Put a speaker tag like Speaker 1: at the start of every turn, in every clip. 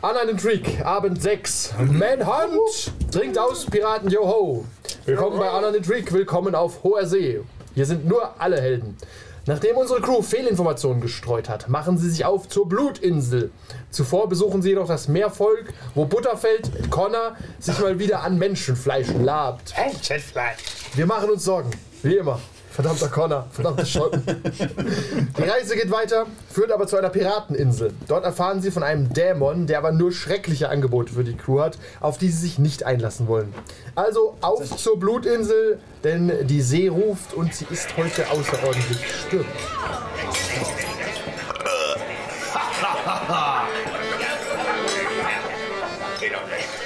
Speaker 1: An einen Trick, Abend 6. Manhunt trinkt aus, Piraten Joho. Willkommen bei An einen Trick, willkommen auf hoher See. Hier sind nur alle Helden. Nachdem unsere Crew Fehlinformationen gestreut hat, machen sie sich auf zur Blutinsel. Zuvor besuchen sie jedoch das Meervolk, wo Butterfeld, Connor, sich mal wieder an Menschenfleisch labt.
Speaker 2: Hähnchenfleisch.
Speaker 1: Wir machen uns Sorgen, wie immer. Verdammter Connor, verdammte Schotten. Die Reise geht weiter, führt aber zu einer Pirateninsel. Dort erfahren sie von einem Dämon, der aber nur schreckliche Angebote für die Crew hat, auf die sie sich nicht einlassen wollen. Also auf zur Blutinsel, denn die See ruft und sie ist heute außerordentlich stürmisch.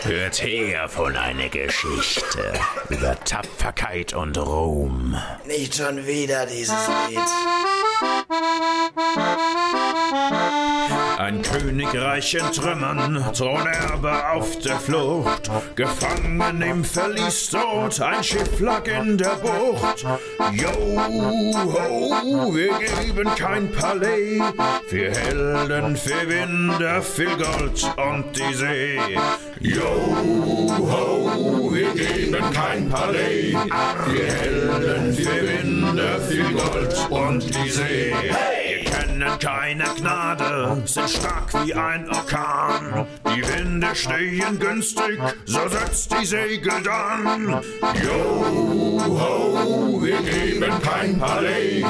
Speaker 3: Hört her von einer Geschichte über Tapferkeit und Ruhm.
Speaker 4: Nicht schon wieder dieses Lied.
Speaker 3: Ein Königreich in Trümmern, Thronerbe auf der Flucht, Gefangen im Verlies tot, ein Schiff lag in der Bucht. Yo, ho, wir geben kein Palais, für Helden, für Winde, viel Gold und die See. Yo, ho, wir geben kein Palais, für Helden, für Winde, viel Gold und die See. Wir kennen keine Gnade, sind stark wie ein Orkan. Die Winde stehen günstig, so setzt die Segel dann. Yo, ho, wir geben kein Palais.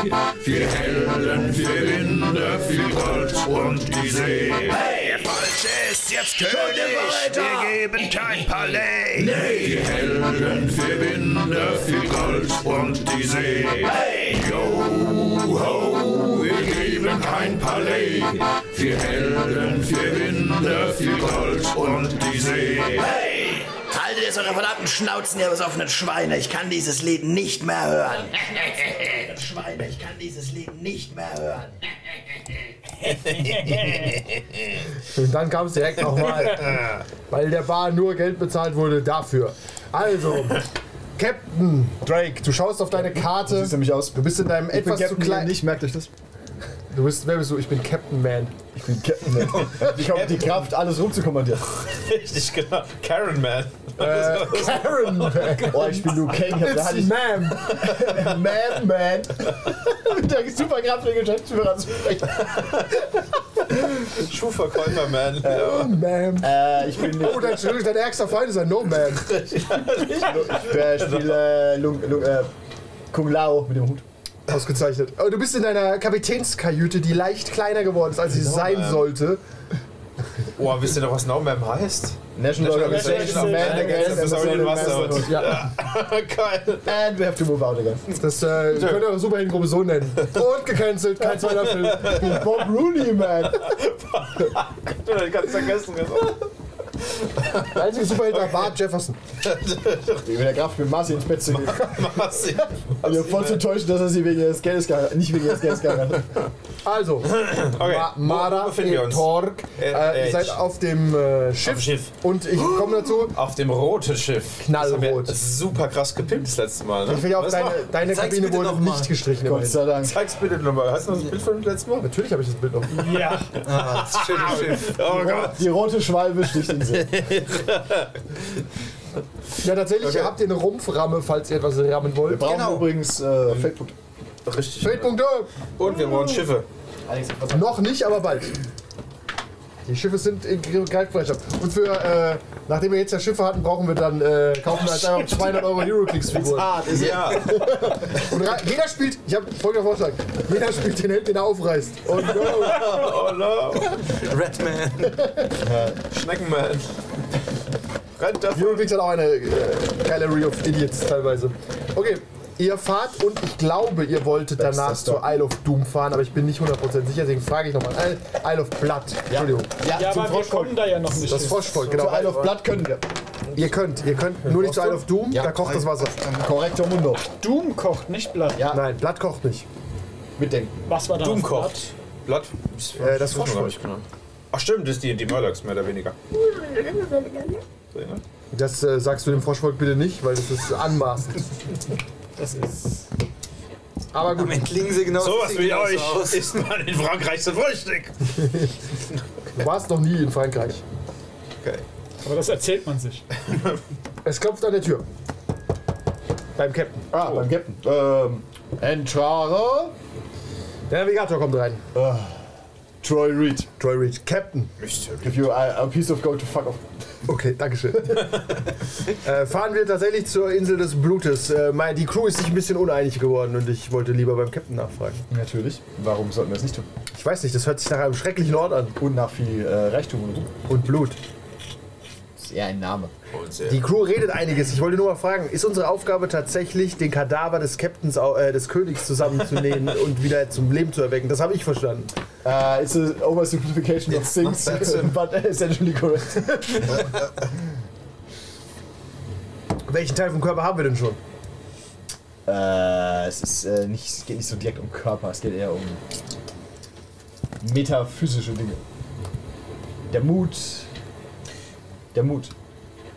Speaker 3: Wir Helden, wir Winde, viel Gold und die See. Der Falsche ist jetzt König, wir geben kein Palais. Die Helden, wir Winde, viel Gold und die See. Yo, ho, wir geben kein Palais. Wir Helden, wir Winde, viel Gold und die See.
Speaker 4: Haltet jetzt eure verdammten Schnauzen, ihr besoffenen Schweine. Ich kann dieses Lied nicht mehr hören. Schweine, ich kann dieses Lied nicht mehr hören.
Speaker 1: Und dann kam es direkt nochmal, weil der Bar nur Geld bezahlt wurde dafür. Also, Captain Drake, du schaust auf deine Karte.
Speaker 5: Siehst du mich aus?
Speaker 1: Du bist in deinem
Speaker 5: Ich bin
Speaker 1: etwas zu
Speaker 5: Captain
Speaker 1: kleinen.
Speaker 5: Nicht, merkt euch das?
Speaker 1: Du bist, wer bist du? Ich bin Captain Man.
Speaker 5: Ich bin Captain. Man. Ich habe die Kraft, alles rumzukommandieren.
Speaker 2: Richtig, genau. Karen Man.
Speaker 1: Äh, Karen Man.
Speaker 5: Oh, ich bin Luke Cage. Da hatte
Speaker 1: It's
Speaker 5: ich
Speaker 1: Ma'am.
Speaker 5: Man, Man. Mit der Superkraft der Geschäftsführer anzusprechen.
Speaker 2: Schuhverkäufer Man.
Speaker 1: Ma'am.
Speaker 5: Äh, ich bin
Speaker 1: Oh, dein, Entschuldigung, dein ärgster Feind ist ein No Man.
Speaker 5: äh, Ich spiele Lung, Lung, äh, Kung Lao mit dem Hut.
Speaker 1: Ausgezeichnet. Aber du bist in deiner Kapitänskajüte, die leicht kleiner geworden ist, als sie sein sollte.
Speaker 2: Oh, wisst ihr noch, was No Man heißt?
Speaker 5: National
Speaker 2: Organization of Man Against Brazilian Wasserhund.
Speaker 5: Ja.
Speaker 2: Geil.
Speaker 5: And we have to move out again.
Speaker 1: Das äh, könnt ihr eure Superheldengruppe so nennen. Und gecancelt, kein zweiter Film.
Speaker 5: Bob Rooney, man.
Speaker 2: Ich hab ganz vergessen.
Speaker 1: Der
Speaker 2: Also,
Speaker 1: einzige Superheld war Bart Jefferson.
Speaker 5: Mit der Kraft mit Marcy ins Bett zu gehen.
Speaker 2: Was?
Speaker 5: Also voll zu täuschen, dass er sie wegen ihres Geldes geheiratet hat. Nicht wegen ihres Geldes geheiratet hat.
Speaker 1: Also,
Speaker 2: Okay.
Speaker 1: Ma
Speaker 2: Wo
Speaker 1: Mara,
Speaker 2: befinden wir uns?
Speaker 1: Torg,
Speaker 2: Äh,
Speaker 1: äh, ihr seid
Speaker 2: Edge.
Speaker 1: auf dem äh, Schiff.
Speaker 2: Auf dem Schiff.
Speaker 1: Und ich komme dazu.
Speaker 2: Auf dem roten Schiff.
Speaker 1: Knallrot.
Speaker 2: Das haben wir super krass gepimpt das letzte Mal. Ne?
Speaker 1: Ich will ja auch
Speaker 2: Was
Speaker 1: deine,
Speaker 2: noch?
Speaker 1: deine
Speaker 6: Zeig's
Speaker 1: Kabine
Speaker 6: bitte
Speaker 1: wurde
Speaker 6: noch mal.
Speaker 1: nicht gestrichen.
Speaker 5: Gott
Speaker 1: immerhin.
Speaker 5: sei Dank.
Speaker 2: Zeig's bild nochmal. Hast du noch das Bild von dem letzten Mal?
Speaker 1: Natürlich habe ich das Bild noch.
Speaker 6: Ja.
Speaker 2: Das schöne Schiff. Oh Gott.
Speaker 5: Die rote Schwalbe sticht in sie.
Speaker 1: Ja, tatsächlich
Speaker 2: Okay.
Speaker 1: habt ihr eine Rumpframme, falls ihr etwas rammen
Speaker 5: Wir
Speaker 1: wollt.
Speaker 5: brauchen
Speaker 2: Genau.
Speaker 5: übrigens äh, Feldpunkt.
Speaker 2: Richtig.
Speaker 1: Feldpunkte!
Speaker 2: Und wir brauchen Schiffe.
Speaker 1: Noch nicht, aber bald. Die Schiffe sind in Greifbereitschaft. Und für, äh, nachdem wir jetzt ja Schiffe hatten, brauchen wir dann, äh, kaufen wir jetzt einfach 200 Euro Heroclix-Figuren.
Speaker 2: Ja.
Speaker 1: Und ra- jeder spielt, ich habe folgender Vorschlag, jeder spielt den Held, den er aufreißt. Und äh, no.
Speaker 2: Oh no.
Speaker 6: Redman.
Speaker 2: Schneckenman. Rennt davon.
Speaker 1: Heroclix hat halt auch eine äh, Gallery of Idiots teilweise. Okay, ihr fahrt und ich glaube, ihr wolltet danach
Speaker 5: Bester
Speaker 1: zur Isle of Doom fahren, aber ich bin nicht 100% sicher, deswegen frage ich nochmal. Isle- Isle of Blood, Entschuldigung.
Speaker 5: Ja,
Speaker 6: Ja,
Speaker 5: zum
Speaker 6: aber wir
Speaker 5: Froschvolk.
Speaker 6: kommen da ja noch nicht.
Speaker 1: Das Froschvolk, genau.
Speaker 5: Zu Isle of Blood können wir.
Speaker 1: Ihr könnt, ihr könnt, nur nicht zu Isle of Doom, da kocht das Wasser.
Speaker 5: Korrektor Mundo.
Speaker 6: Doom kocht, nicht Blatt.
Speaker 5: Ja.
Speaker 1: Nein, Blatt kocht nicht.
Speaker 5: Mitdenken.
Speaker 6: Was war da?
Speaker 2: Doom
Speaker 6: auf
Speaker 2: kocht. Blatt.
Speaker 1: Äh, das
Speaker 2: Wissen wir, glaub
Speaker 1: Froschvolk.
Speaker 2: ich, genau. Ach stimmt, das ist die, die Murlocs, mehr oder weniger. So, ne?
Speaker 1: Das äh, sagst du dem Froschvolk bitte nicht, weil das ist anmaßend.
Speaker 6: Blatt? Das ist.
Speaker 1: Aber
Speaker 6: Am
Speaker 1: gut,
Speaker 6: Ende liegen sie genau
Speaker 2: Sowas
Speaker 6: sieht
Speaker 2: wie
Speaker 6: genauso
Speaker 2: euch
Speaker 6: aus.
Speaker 2: isst man in Frankreich zum Frühstück.
Speaker 1: du warst noch nie in Frankreich.
Speaker 6: Okay. Aber das erzählt man sich.
Speaker 1: Es klopft an der Tür. Beim Captain.
Speaker 5: Ah, beim Captain. Ähm, Entrara,
Speaker 1: Der Navigator kommt rein.
Speaker 5: Ah, Troy Reed.
Speaker 1: Troy Reed, Captain.
Speaker 5: Give you uh, a, a piece of gold to fuck off.
Speaker 1: Okay, dankeschön. äh, fahren wir tatsächlich zur Insel des Blutes. Äh, mein- die Crew ist sich ein bisschen uneinig geworden und ich wollte lieber beim Captain nachfragen.
Speaker 5: Natürlich. Warum sollten wir es nicht tun?
Speaker 1: Ich weiß nicht, das hört sich nach einem schrecklichen Ort an.
Speaker 5: Und nach viel äh, Reichtum und Ruhm.
Speaker 1: Und Blut.
Speaker 7: Ist eher ein Name.
Speaker 1: Die Crew redet einiges. Ich wollte nur mal fragen, ist unsere Aufgabe tatsächlich, den Kadaver des Captains, au- äh, des Königs zusammenzunehmen und wieder zum Leben zu erwecken? Das habe ich verstanden.
Speaker 5: Uh, it's an oversimplification of things, but äh, essentially correct.
Speaker 1: Welchen Teil vom Körper haben wir denn schon?
Speaker 7: Äh, es, ist, äh, nicht, es geht nicht so direkt um Körper, es geht eher um metaphysische Dinge. Der Mut. Der Mut.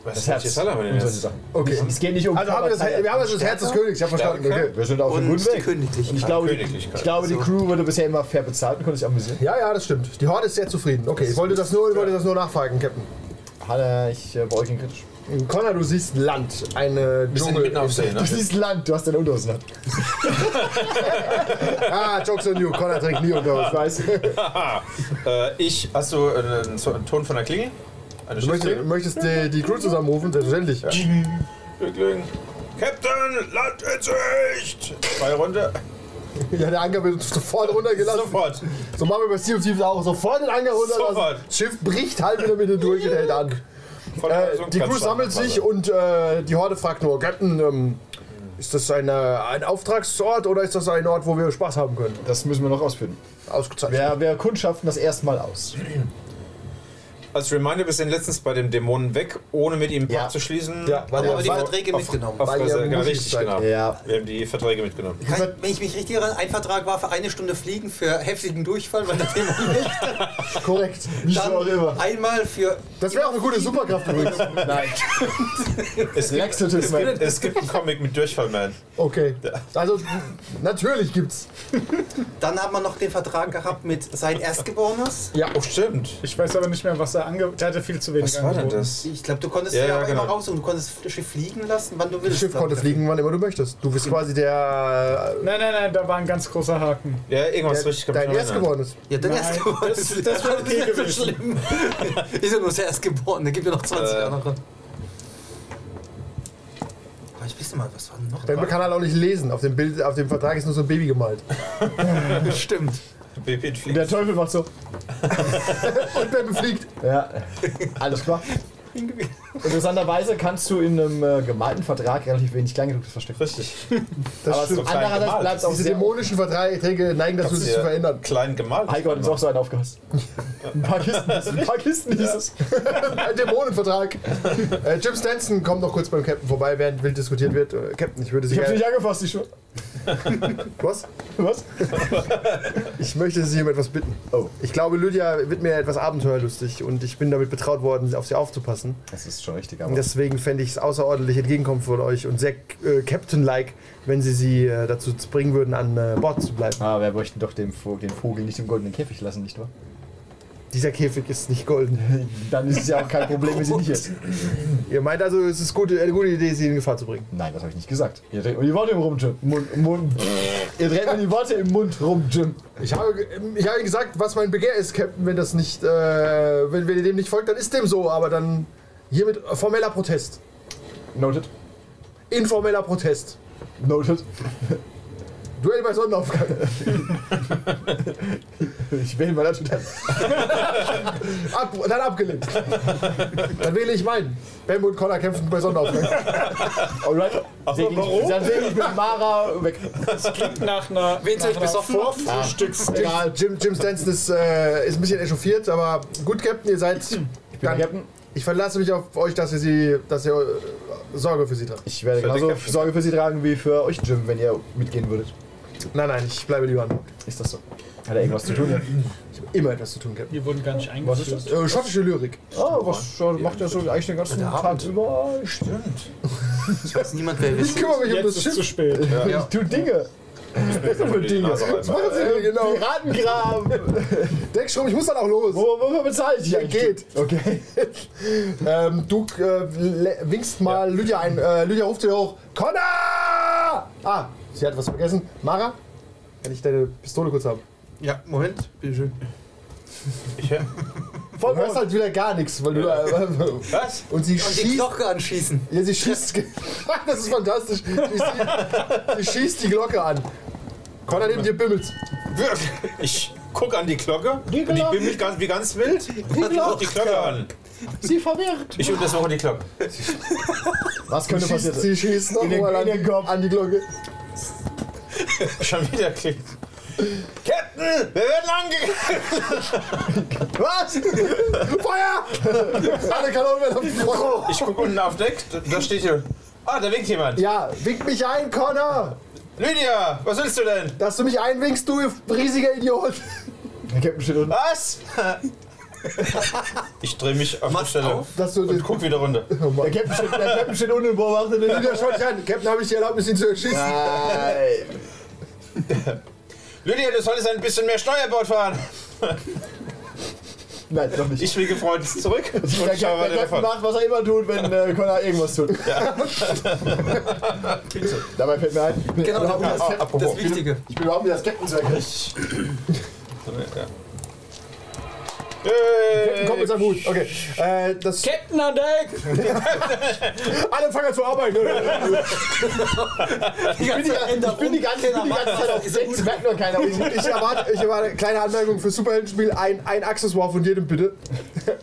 Speaker 2: Was
Speaker 7: Das
Speaker 2: ist das?
Speaker 7: Herz.
Speaker 2: Jetzt alle haben wir
Speaker 7: und
Speaker 2: denn
Speaker 7: solche
Speaker 2: jetzt?
Speaker 7: Sachen.
Speaker 1: Okay.
Speaker 7: Es geht nicht um
Speaker 1: Also haben wir das,
Speaker 7: Körperteile.
Speaker 1: wir haben also das Herz des Königs, ich habe verstanden. Okay.
Speaker 5: Wir sind auf dem
Speaker 8: Und
Speaker 5: guten
Speaker 8: die
Speaker 5: Weg.
Speaker 8: Königlichen.
Speaker 5: Ich glaube, die,
Speaker 2: Königlichkeit.
Speaker 5: ich glaube die Crew wurde bisher immer fair bezahlt und konnte sich amüsieren.
Speaker 1: Ja, ja, das stimmt. Die Horde ist sehr zufrieden. Okay, ich wollte das nur, ich wollte das nur nachfragen, Captain.
Speaker 5: Hanna, ich äh, beäugle ihn kritisch.
Speaker 1: Connor, du siehst Land, eine
Speaker 2: Wir sind mitten
Speaker 1: Dschungel.
Speaker 2: auf See, ne?
Speaker 5: Du siehst Land, du hast deine Unterhosen an.
Speaker 1: Ah, Jokes on you. Connor trinkt nie unter uns.
Speaker 5: Ich weiß.
Speaker 2: Haha. Äh, ich, hast du einen, so- einen Ton von der Klingel? Eine
Speaker 1: Du möchtest,
Speaker 2: Schlüssel?
Speaker 1: möchtest die, die Crew zusammenrufen? Selbstverständlich.
Speaker 2: Captain, Land in Sicht! Zwei runter.
Speaker 1: Ja, der Anker wird sofort runtergelassen.
Speaker 2: Sofort.
Speaker 1: So machen wir bei Sea of Thieves auch. Sofort den Anker runter.
Speaker 2: Sofort.
Speaker 1: Das Schiff bricht halb wieder mit durch und hält an.
Speaker 2: Voll-
Speaker 1: Äh,
Speaker 2: so ein
Speaker 1: die Crew
Speaker 2: Katzenschlag.
Speaker 1: sammelt sich und äh, die Horde fragt nur, Captain, ähm, ist das ein, äh, ein Auftragsort oder ist das ein Ort, wo wir Spaß haben können?
Speaker 5: Das müssen wir noch ausführen.
Speaker 1: Ausgezeichnet.
Speaker 5: Wir, wir kundschaften das erstmal aus.
Speaker 2: Als Also Reminder, wir sind letztens bei dem Dämonen weg, ohne mit ihm
Speaker 5: Ja.
Speaker 2: Pakt zu schließen.
Speaker 1: Ja, weil
Speaker 8: Aber
Speaker 1: er-
Speaker 8: die
Speaker 1: weil-
Speaker 8: Verträge mitgenommen.
Speaker 2: Auf
Speaker 1: Weil ihr
Speaker 2: Reise, genau,
Speaker 1: mutig
Speaker 2: richtig,
Speaker 1: seid.
Speaker 2: genau.
Speaker 5: Ja.
Speaker 2: Wir haben die Verträge mitgenommen.
Speaker 8: Kann, wenn ich mich richtig erinnere, ein Vertrag war für eine Stunde Fliegen für heftigen Durchfall, weil das Thema nicht.
Speaker 5: Korrekt. Wie schon auch immer.
Speaker 8: Dann einmal für.
Speaker 1: Das wäre auch eine gute Superkraft übrigens.
Speaker 5: Nein.
Speaker 2: Es gibt,
Speaker 5: Next to this man.
Speaker 2: es gibt einen Comic mit Durchfallman.
Speaker 1: Okay. Also, natürlich gibt's.
Speaker 8: Dann haben wir noch den Vertrag gehabt mit sein Erstgeborenes.
Speaker 2: Oh, stimmt.
Speaker 6: Ich weiß aber nicht mehr, was er ange... Der hatte viel zu wenig
Speaker 2: Was war denn
Speaker 6: angeboten.
Speaker 2: das?
Speaker 8: Ich glaube, du konntest
Speaker 2: Ja,
Speaker 8: ja,
Speaker 2: ja,
Speaker 8: aber
Speaker 2: genau.
Speaker 8: immer raussuchen. Du konntest das Schiff fliegen lassen, wann du willst.
Speaker 1: Das Schiff konnte fliegen, wann immer du möchtest. Du bist quasi der,
Speaker 6: Nein, nein, nein, da war ein ganz großer Haken.
Speaker 2: Ja, irgendwas
Speaker 1: der
Speaker 2: richtig. kann mich
Speaker 1: dein
Speaker 2: noch
Speaker 1: erst
Speaker 2: erinnern.
Speaker 1: geworden ist.
Speaker 8: Ja, dann
Speaker 6: Nein,
Speaker 8: Erstgeborenes.
Speaker 6: das- das wäre okay
Speaker 8: nicht so schlimm. ist ja nur das Erstgeborene. Gibt ja noch 20
Speaker 2: Äh.
Speaker 8: andere. Aber ich weiß nicht mal, was war denn noch?
Speaker 1: Denn man kann halt auch nicht lesen. Auf dem, Bild, auf dem Vertrag ist nur so ein Baby gemalt.
Speaker 8: Stimmt.
Speaker 2: BP
Speaker 5: Und
Speaker 2: fliegt.
Speaker 5: der Teufel macht so.
Speaker 1: Und Bambi fliegt.
Speaker 5: Ja. Alles klar. Interessanterweise kannst du in einem äh, gemalten Vertrag relativ wenig Kleingedrucktes verstecken.
Speaker 2: Richtig.
Speaker 1: Das
Speaker 5: Aber
Speaker 1: stimmt.
Speaker 5: so
Speaker 2: klein
Speaker 5: andererseits
Speaker 2: gemalt.
Speaker 5: bleibt es auch
Speaker 1: Diese
Speaker 5: sehr...
Speaker 1: dämonischen Verträge neigen dazu, sich zu
Speaker 2: Sehr
Speaker 1: verändern.
Speaker 2: Klein gemalt.
Speaker 5: Heiko hat uns auch so einen aufgehasst. Ein paar Kisten. Ein paar Kisten hieß es.
Speaker 1: Ein Dämonenvertrag. äh, Jim Stanson kommt noch kurz beim Captain vorbei, während wild diskutiert wird. Äh, Captain, ich würde Sie
Speaker 5: Ich hab's
Speaker 1: gerne...
Speaker 5: nicht angefasst, die Schuhe.
Speaker 1: Was?
Speaker 5: Was?
Speaker 1: Ich möchte Sie um etwas bitten.
Speaker 5: Oh.
Speaker 1: Ich glaube, Lydia wird mir etwas abenteuerlustig und ich bin damit betraut worden, auf sie aufzupassen.
Speaker 5: Das ist schon richtig,
Speaker 1: Und
Speaker 5: aber.
Speaker 1: Deswegen fände ich es außerordentlich entgegenkommen von euch und sehr äh, Captain-like, wenn sie sie äh, dazu bringen würden, an äh, Bord zu bleiben.
Speaker 5: Ah, wir möchten doch dem Vogel, den Vogel nicht im goldenen Käfig lassen, nicht wahr?
Speaker 1: Dieser Käfig ist nicht golden.
Speaker 5: Dann ist es ja auch kein Problem, wenn sie nicht ist.
Speaker 1: Ihr meint also, es ist gut, eine gute Idee, sie in Gefahr zu bringen.
Speaker 5: Nein, das habe ich nicht gesagt. Ihr dreht mir die Worte im Rum, Jim. Mund, Mund. Ihr dreht mir die Worte im Mund rum, Jim.
Speaker 1: Ich habe, ge- ich habe Ihnen gesagt, was mein Begehr ist, Captain. Wenn das nicht, äh, wenn, wenn ihr dem nicht folgt, dann ist dem so. Aber dann hiermit formeller Protest,
Speaker 5: Noted.
Speaker 1: informeller Protest,
Speaker 5: Noted.
Speaker 1: Duell bei Sonnenaufgang.
Speaker 5: Ich will mal dazu das.
Speaker 1: Ab, dann abgelehnt. Dann wähle ich meinen. Bam und Connor kämpfen bei Sonnenaufgang.
Speaker 5: Alright. Segel ich, dann segel ich mit Mara weg.
Speaker 6: Nach einer,
Speaker 8: Wen
Speaker 6: nach
Speaker 8: soll ich
Speaker 6: einer
Speaker 8: besoffen machen?
Speaker 6: Vorfrühstücks...
Speaker 1: Egal, Jim, Jim Stanson ist, äh, ist ein bisschen echauffiert, aber gut, Captain, ihr seid.
Speaker 5: bin der Captain.
Speaker 1: Ich verlasse mich auf euch, dass ihr sie, dass ihr äh, Sorge für sie tragt.
Speaker 5: Ich werde
Speaker 2: den
Speaker 5: genauso
Speaker 2: Captain.
Speaker 5: Sorge für sie tragen wie für euch, Jim, wenn ihr mitgehen würdet.
Speaker 1: Nein, nein, ich bleibe lieber an Bord.
Speaker 5: Ist das so? Hat er irgendwas zu tun? Ja.
Speaker 1: Immer etwas zu tun, Captain.
Speaker 6: Die wurden gar nicht
Speaker 5: Was ist
Speaker 6: eingeführt.
Speaker 5: das?
Speaker 1: Äh, schottische Lyrik.
Speaker 5: Oh, was schon- macht er so eigentlich den ganzen Tag über? Ich
Speaker 8: Weiß niemand, wer wir
Speaker 1: Ich
Speaker 8: sind.
Speaker 1: kümmere mich um das
Speaker 6: Jetzt ist zu
Speaker 1: Schiff.
Speaker 6: spät.
Speaker 5: tu Dinge.
Speaker 1: für Dinge.
Speaker 2: Nase
Speaker 1: Was machen Sie denn genau?
Speaker 5: Äh, Piratengraben!
Speaker 1: Deckstrom, ich muss dann auch los.
Speaker 5: Wo- Wofür bezahlt ich
Speaker 1: Ja, geht.
Speaker 5: Okay.
Speaker 1: Ähm, du äh, le- winkst mal Lydia ein. Äh, Lydia ruft dir hoch. Connor! Ah, sie hat was vergessen. Mara, kann ich deine Pistole kurz haben?
Speaker 9: Ja, Moment, bitteschön.
Speaker 1: Du hörst halt wieder gar nichts, weil du. Äh,
Speaker 2: Was?
Speaker 1: und sie
Speaker 8: Und die
Speaker 1: schießt.
Speaker 8: Glocke anschießen.
Speaker 1: Ja, sie schießt. ge- das ist fantastisch. Sie, sie schießt die Glocke an. Connor neben dir bimmelt.
Speaker 2: Ich guck an die Glocke und ich bin mich ganz, wie ganz wild. Die Glocke. die Glocke an.
Speaker 5: Sie verwirrt!
Speaker 2: Ich untersuche die Glocke.
Speaker 5: Was könnte
Speaker 1: Schießt,
Speaker 5: passieren?
Speaker 1: sie schießt nochmal an,
Speaker 5: den Kopf.
Speaker 1: an die Glocke.
Speaker 2: Schon wieder klingt. Captain, wir werden angegriffen.
Speaker 5: Was?
Speaker 1: Feuer! Alle Kanonen werden auf die Front.
Speaker 2: Ich guck unten auf Deck, da- da steht hier. Ah, da winkt jemand.
Speaker 1: Ja, wink mich ein, Connor!
Speaker 2: Lydia, was willst du denn?
Speaker 1: Dass du mich einwinkst, du riesiger Idiot!
Speaker 5: Der Captain steht unten.
Speaker 2: Was? Ich dreh mich auf die Stelle
Speaker 1: Dass du
Speaker 2: und guck wieder runter.
Speaker 5: Der Captain steht, der Captain steht unten und beobachtet den
Speaker 1: Wieder schaut dich an. Captain, habe ich die Erlaubnis, ihn zu erschießen?
Speaker 5: Nein.
Speaker 2: Lydia, du solltest ein bisschen mehr Steuerbord fahren.
Speaker 5: Nein, doch nicht.
Speaker 2: Ich fliege freundlich zurück und
Speaker 5: der
Speaker 2: schau
Speaker 5: Captain,
Speaker 2: weiter
Speaker 5: der Captain
Speaker 2: davon.
Speaker 5: macht, was er immer tut, wenn äh, Connor irgendwas tut. Dabei fällt mir ein, ich bin,
Speaker 8: Genau,
Speaker 5: überhaupt,
Speaker 8: das,
Speaker 5: nicht als Cap-
Speaker 8: das Wichtige.
Speaker 5: ich bin überhaupt nicht als Captain zu erkennen.
Speaker 2: Yay.
Speaker 1: Komm mit seinem Hut. Okay. Äh, das
Speaker 6: Captain an Deck!
Speaker 1: alle fangen an zu arbeiten.
Speaker 8: Die ganze
Speaker 5: Ich bin die ganze, ich bin die ganze Zeit auf 6, merkt nur keiner.
Speaker 1: Ich, ich erwarte, ich erwarte, kleine Anmerkung für Superheldenspiel, ein, ein Accessoire von jedem bitte.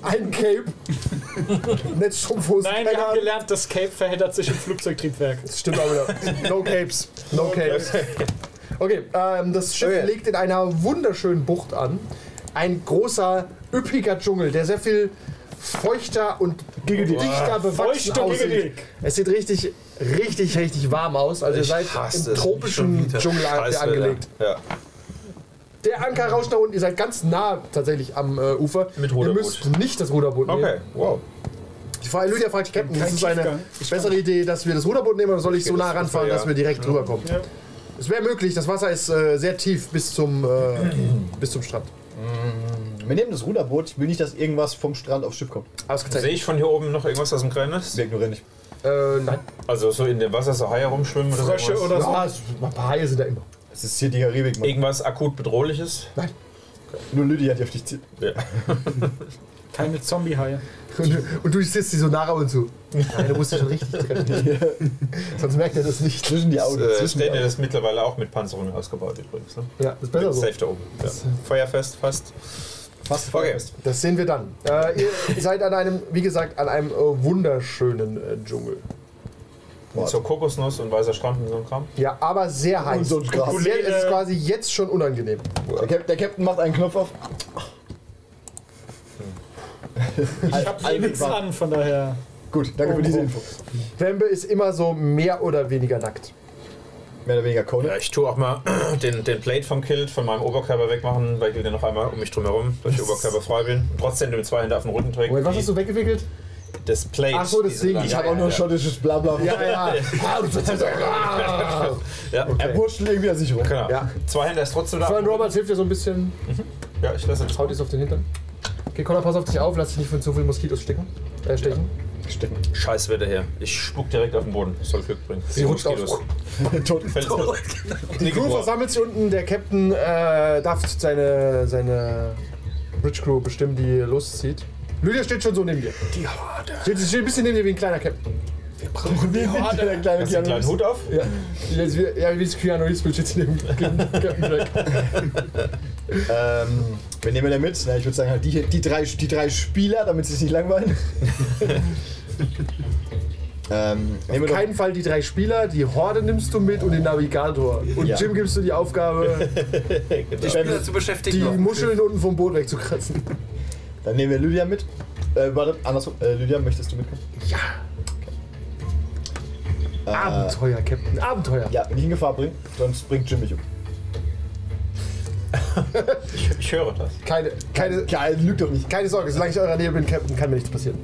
Speaker 1: Ein Cape. Netzstrumpfhosen.
Speaker 6: Nein,
Speaker 1: keine
Speaker 6: wir haben
Speaker 1: Ahnung.
Speaker 6: gelernt, das Cape verheddert sich im Flugzeugtriebwerk.
Speaker 1: Das stimmt aber wieder. No Capes. No Capes. Okay, ähm, das Schiff
Speaker 9: Okay.
Speaker 1: legt in einer wunderschönen Bucht an. Ein großer, üppiger Dschungel, der sehr viel feuchter und dichter bewachsen
Speaker 6: Feucht und
Speaker 1: aussieht.
Speaker 6: giggelig.
Speaker 1: Es sieht richtig, richtig, richtig warm aus. Also ihr
Speaker 2: Ich
Speaker 1: seid
Speaker 2: hasse
Speaker 1: im
Speaker 2: es.
Speaker 1: tropischen Dschungel an-
Speaker 2: Scheiße,
Speaker 1: angelegt.
Speaker 2: Ja.
Speaker 1: Der Anker rauscht nach unten. Ihr seid ganz nah tatsächlich am äh, Ufer.
Speaker 2: Mit
Speaker 1: ihr
Speaker 2: Ruderboot.
Speaker 1: müsst nicht das Ruderboot nehmen.
Speaker 2: Okay, wow.
Speaker 1: Ich frage, Lydia fragt Captain,
Speaker 6: Kein
Speaker 1: ist es eine
Speaker 6: Schiffgang.
Speaker 1: bessere Idee, dass wir das Ruderboot nehmen oder soll ich so
Speaker 2: das
Speaker 1: nah
Speaker 2: ist
Speaker 1: ranfahren,
Speaker 2: besser,
Speaker 1: dass wir direkt rüberkommen?
Speaker 6: Ja.
Speaker 1: Es wäre möglich, das Wasser ist äh, sehr tief bis zum, äh, bis zum Strand.
Speaker 5: Wir nehmen das Ruderboot, ich will nicht, dass irgendwas vom Strand aufs Schiff kommt.
Speaker 1: Ausgezeichnet.
Speaker 2: Sehe ich von hier oben noch irgendwas aus dem Kleines?
Speaker 5: Wir ignorieren nicht.
Speaker 1: Äh, nein.
Speaker 2: Also so in dem Wasser so Haie rumschwimmen oder
Speaker 6: Frösche
Speaker 2: sowas?
Speaker 6: oder so.
Speaker 1: Ja, es, ein paar Haie sind da immer.
Speaker 5: Es ist hier die Karibik, Mann.
Speaker 2: Irgendwas akut bedrohliches?
Speaker 5: Nur Lydia, die auf dich zieht.
Speaker 2: Ja.
Speaker 6: Keine Zombie-Haie.
Speaker 1: Und, und du sitzt sie so nah und so. Nein, du musst dich schon richtig treffen. Sonst merkt er das nicht.
Speaker 5: Zwischen die Augen.
Speaker 2: Äh,
Speaker 5: zwischen die
Speaker 2: Stadion
Speaker 5: Augen.
Speaker 2: ist mittlerweile auch mit Panzerung ausgebaut übrigens. Ne?
Speaker 1: Ja, ist besser so. äh,
Speaker 2: Safe da oben. Ja. Feuerfest fast.
Speaker 5: Fast
Speaker 2: Okay.
Speaker 1: Das sehen wir dann. Äh, ihr seid an einem, wie gesagt, an einem äh, wunderschönen äh, Dschungel.
Speaker 2: Und so Kokosnuss und weißer Strand und so ein Kram.
Speaker 1: Ja, aber sehr heiß.
Speaker 5: so ein Gras.
Speaker 1: sehr, es ist quasi jetzt schon unangenehm.
Speaker 5: Der, Cap der Captain macht einen Knopf auf.
Speaker 6: Ich hab hier nichts an, von daher.
Speaker 5: Gut, danke für diese Info.
Speaker 1: Wembe ist immer so mehr oder weniger nackt.
Speaker 5: Mehr oder weniger Conan.
Speaker 2: Ja, ich tue auch mal den, den Plate vom Kilt von meinem Oberkörper wegmachen, weil ich will den noch einmal um mich drum herum, dass ich Oberkörper frei bin. Und trotzdem den zwei Hände auf den Rücken trägt.
Speaker 1: Moment, was hast du weggewickelt?
Speaker 2: Das Plate.
Speaker 1: Ach so, das
Speaker 2: diese
Speaker 1: Ding.
Speaker 2: lange-
Speaker 5: Ich habe auch nur
Speaker 2: ja.
Speaker 5: schottisches Blabla.
Speaker 1: ja. Ah, du sollst- Ah.
Speaker 2: Ja,
Speaker 5: Er purschtelt irgendwie an sich rum.
Speaker 2: genau.
Speaker 1: Ja.
Speaker 2: Zwei Hände ist trotzdem da.
Speaker 1: Fran Roberts hilft dir so ein bisschen.
Speaker 2: Ja, ich lasse jetzt.
Speaker 1: Haut jetzt auf den Hintern. Okay, Connor, pass auf dich auf, lass dich nicht von zu vielen Moskitos stecken. Äh, stechen.
Speaker 2: Scheiß Wetter her. Ich spuck direkt auf den Boden. Soll Glück bringen.
Speaker 1: Sie rutscht auf.
Speaker 5: Tot.
Speaker 2: Fällt
Speaker 1: Die Crew versammelt sich unten, der Captain äh, darf seine, seine Bridge Crew bestimmen, die loszieht. Lydia steht schon so neben dir. Die Horde. Steht, sie steht ein bisschen neben dir wie ein kleiner Captain.
Speaker 5: Der kleine
Speaker 2: Hast du einen
Speaker 5: Keanu.
Speaker 2: kleinen Hut auf?
Speaker 1: Ja, Jetzt wie- ja wie das Keanu Reeves Bild steht sie neben Captain Jack.
Speaker 5: Ähm, wen nehmen wir denn mit? Na, ich würde sagen, halt die, hier- die, drei, die drei Spieler, damit sie sich nicht langweilen. ähm, nehmen wir
Speaker 1: Auf keinen Fall die drei Spieler, die Horde nimmst du mit und den Navigator. Und
Speaker 5: Ja.
Speaker 1: Jim gibst du die Aufgabe,
Speaker 8: Die Spieler zu beschäftigen.
Speaker 1: die
Speaker 8: noch.
Speaker 1: Muscheln unten vom Boot wegzukratzen.
Speaker 5: doch, dann nehmen wir Lydia mit. Äh, warte, andersrum. Äh, Lydia, möchtest du mitkommen?
Speaker 1: Abenteuer, Captain, Abenteuer.
Speaker 5: Ah. Ja, nicht in Gefahr bringen, sonst bringt Jim mich um.
Speaker 2: Ich höre das.
Speaker 1: Keine, keine,
Speaker 5: Geil, lüg doch nicht.
Speaker 1: Keine Sorge, solange ich in eurer Nähe bin, Captain, kann mir nichts passieren.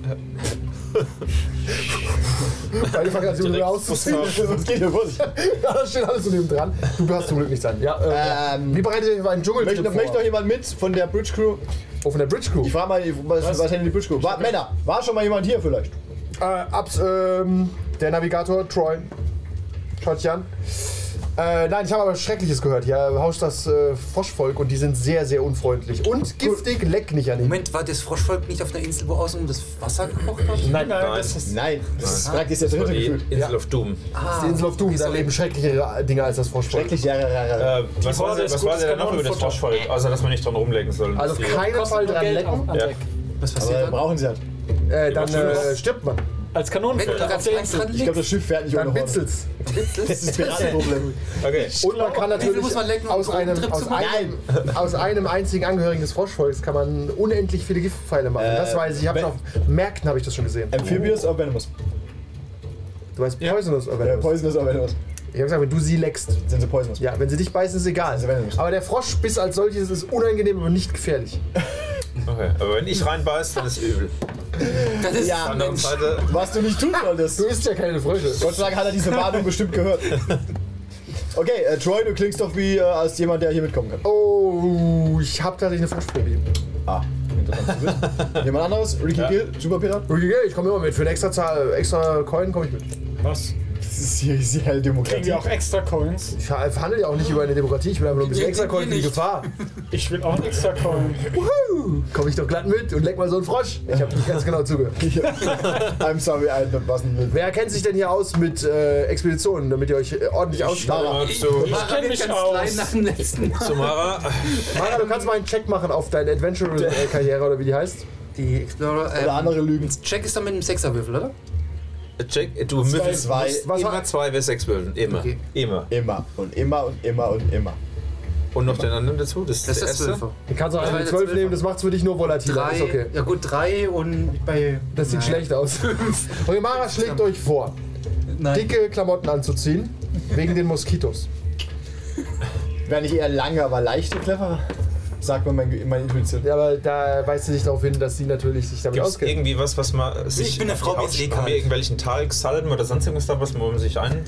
Speaker 1: Weil die fangen an,
Speaker 2: Direkt
Speaker 1: Juri auszuziehen.
Speaker 2: Fußtausch.
Speaker 1: Was geht hier vor sich? Ja, da steht alles so neben dran. Du hast zum Glück nichts an. Ja, äh,
Speaker 5: Ähm,
Speaker 1: Wie bereitet ihr euch auf einen Dschungel
Speaker 5: Möchte,
Speaker 1: vor?
Speaker 5: möchte noch jemand mit von der Bridge Crew?
Speaker 10: Oh, von der Bridge Crew.
Speaker 5: Ich frage mal, was, was hätte die Bridge Crew? War, Männer, war schon mal jemand hier vielleicht?
Speaker 1: Äh, abs, ähm, der Navigator Troy. Schaut dich an. Äh, nein, ich habe aber Schreckliches gehört. Hier haust das äh, Froschvolk und die sind sehr, sehr unfreundlich. Und giftig, leck nicht an ihnen.
Speaker 8: Moment, war das Froschvolk nicht auf einer Insel, wo außen das Wasser gekocht hat?
Speaker 6: Nein,
Speaker 2: nein. eh-
Speaker 6: das ist
Speaker 5: Nein, das ist praktisch der
Speaker 2: Oder
Speaker 5: dritte
Speaker 2: die
Speaker 5: gefühlt.
Speaker 2: Insel of Doom. Äh,
Speaker 1: Das
Speaker 8: Ah,
Speaker 1: ist die Insel of Doom, da
Speaker 8: Wieso?
Speaker 1: leben schrecklichere Dinge als das Froschvolk.
Speaker 5: Schrecklich, ja, ja, ja, ja.
Speaker 2: Äh, was war,
Speaker 6: Horde
Speaker 2: denn-
Speaker 6: ist
Speaker 2: was war
Speaker 6: gutes
Speaker 2: denn noch über das
Speaker 6: Kanonenfutter.
Speaker 2: Froschvolk? Außer, dass man nicht dran rumlegen soll.
Speaker 1: Also auf
Speaker 2: Die-
Speaker 1: keinen Fall
Speaker 6: kostet nur
Speaker 1: dran
Speaker 6: Geld auf,
Speaker 1: lecken,
Speaker 6: am
Speaker 2: Ja.
Speaker 6: Deck.
Speaker 8: Was passiert
Speaker 5: Aber
Speaker 8: dann?
Speaker 5: brauchen sie halt.
Speaker 1: äh, dann
Speaker 2: was für
Speaker 1: äh,
Speaker 2: was?
Speaker 1: stirbt man.
Speaker 6: Als
Speaker 8: Wenn du
Speaker 6: Kanonenfutter auf
Speaker 8: ganz
Speaker 6: der
Speaker 8: links
Speaker 6: Insel.
Speaker 8: dran
Speaker 5: Ich glaube,
Speaker 8: liegst,
Speaker 5: das Schiff fährt nicht
Speaker 1: Dann
Speaker 5: ohne Horn.
Speaker 1: winzelt's.
Speaker 5: Das ist Piratenproblem.
Speaker 2: Okay.
Speaker 1: Und man kann
Speaker 8: viel
Speaker 1: natürlich
Speaker 8: muss man lecken, um
Speaker 1: aus,
Speaker 8: einen
Speaker 1: einem,
Speaker 8: Trip zu
Speaker 1: aus,
Speaker 8: machen?
Speaker 1: einem, aus einem einzigen Angehörigen des Froschvolks kann man unendlich viele Giftpfeile machen.
Speaker 8: Äh,
Speaker 1: das weiß ich. ich hab schon auf Märkten habe ich das schon gesehen.
Speaker 5: Amphibious or Venomous?
Speaker 1: Du weißt Poisonous, aber
Speaker 5: Äh,
Speaker 1: ich habe
Speaker 5: Poisonous or Venomous?
Speaker 1: gesagt, wenn du sie leckst,
Speaker 5: Sind sie Poisonous?
Speaker 1: Ja, wenn sie dich beißen, ist egal.
Speaker 5: Also wenn du-
Speaker 1: Aber der Froschbiss als solches ist unangenehm, aber nicht gefährlich.
Speaker 2: okay. Aber wenn ich reinbeiß, dann ist übel.
Speaker 8: das ist
Speaker 5: Ja.
Speaker 2: Auf der anderen Seite,
Speaker 5: Was du nicht tun solltest.
Speaker 1: Du isst ja keine Frösche.
Speaker 5: Gott sei Dank hat er diese Warnung bestimmt gehört. Okay, äh, Troy, du klingst doch wie äh, als jemand, der hier mitkommen kann.
Speaker 1: Oh, ich hab tatsächlich eine Froschphobie.
Speaker 5: Ah, interessant zu wissen. Jemand anderes? Ricky Gill, Superpirat?
Speaker 1: Okay, ich komme immer mit. Für eine extra Zahl, extra Coin komme ich mit.
Speaker 6: Was?
Speaker 5: Das ist hier die helle
Speaker 6: Kriegen
Speaker 5: Demokratie.
Speaker 6: wir auch extra Coins?
Speaker 1: Ich ver- verhandle ja auch nicht über eine Demokratie, ich will einfach nur ein bisschen
Speaker 8: Nee,
Speaker 1: extra Coin für die
Speaker 8: nicht.
Speaker 1: Gefahr.
Speaker 6: Ich will auch einen extra Coin.
Speaker 1: Wuhu! Komm ich doch glatt mit und leck mal so einen Frosch. Ich hab nicht ganz genau zugehört.
Speaker 5: I'm sorry, I don't was mit.
Speaker 1: Wer kennt sich denn hier aus mit äh, Expeditionen, damit ihr euch äh, ordentlich ausstattet?
Speaker 2: mal zu,
Speaker 8: Ich
Speaker 6: kenn mich
Speaker 8: ganz
Speaker 6: aus.
Speaker 8: klein nach dem letzten Mal.
Speaker 2: zu Mara.
Speaker 1: Mara, du kannst mal einen Check machen auf deine Adventure-Karriere oder wie die heißt.
Speaker 8: Die Explorer. Ähm,
Speaker 5: Oder andere lügen.
Speaker 8: Check ist dann mit einem Sechserwürfel, oder?
Speaker 2: Jack, du müffelst
Speaker 5: zwei.
Speaker 2: immer zwei W6 würfeln. Immer.
Speaker 8: Okay.
Speaker 2: Immer.
Speaker 5: Immer und immer und immer und immer.
Speaker 2: Und noch den anderen dazu. Das ist
Speaker 8: Das
Speaker 2: der
Speaker 8: ist
Speaker 2: erste.
Speaker 8: der Zwölfer.
Speaker 1: Du kannst auch
Speaker 8: Das war
Speaker 1: eine
Speaker 8: der
Speaker 1: 12
Speaker 8: Zwölfer.
Speaker 1: nehmen, das macht's für dich nur volatiler.
Speaker 8: Drei.
Speaker 1: Ist okay.
Speaker 8: Ja gut, drei und bei.
Speaker 1: Das sieht
Speaker 8: Nein.
Speaker 1: schlecht aus. Okay, Mara schlägt euch vor,
Speaker 8: Nein.
Speaker 1: dicke Klamotten anzuziehen, wegen den Moskitos.
Speaker 5: Wäre nicht eher lange, aber leichte cleverer? Sagt man mein, meine Intuition.
Speaker 1: Ja, aber da weist sie dich darauf hin, dass sie natürlich sich damit
Speaker 2: Gibt es
Speaker 1: auskennt.
Speaker 2: irgendwie was, was man sich.
Speaker 8: Also bin eine
Speaker 2: auf die
Speaker 8: Frau, mir
Speaker 2: Haut
Speaker 8: ist
Speaker 2: schmiert?
Speaker 8: egal.
Speaker 2: Haben wir irgendwelchen Talgsalben oder sonst irgendwas da, was man sich ein.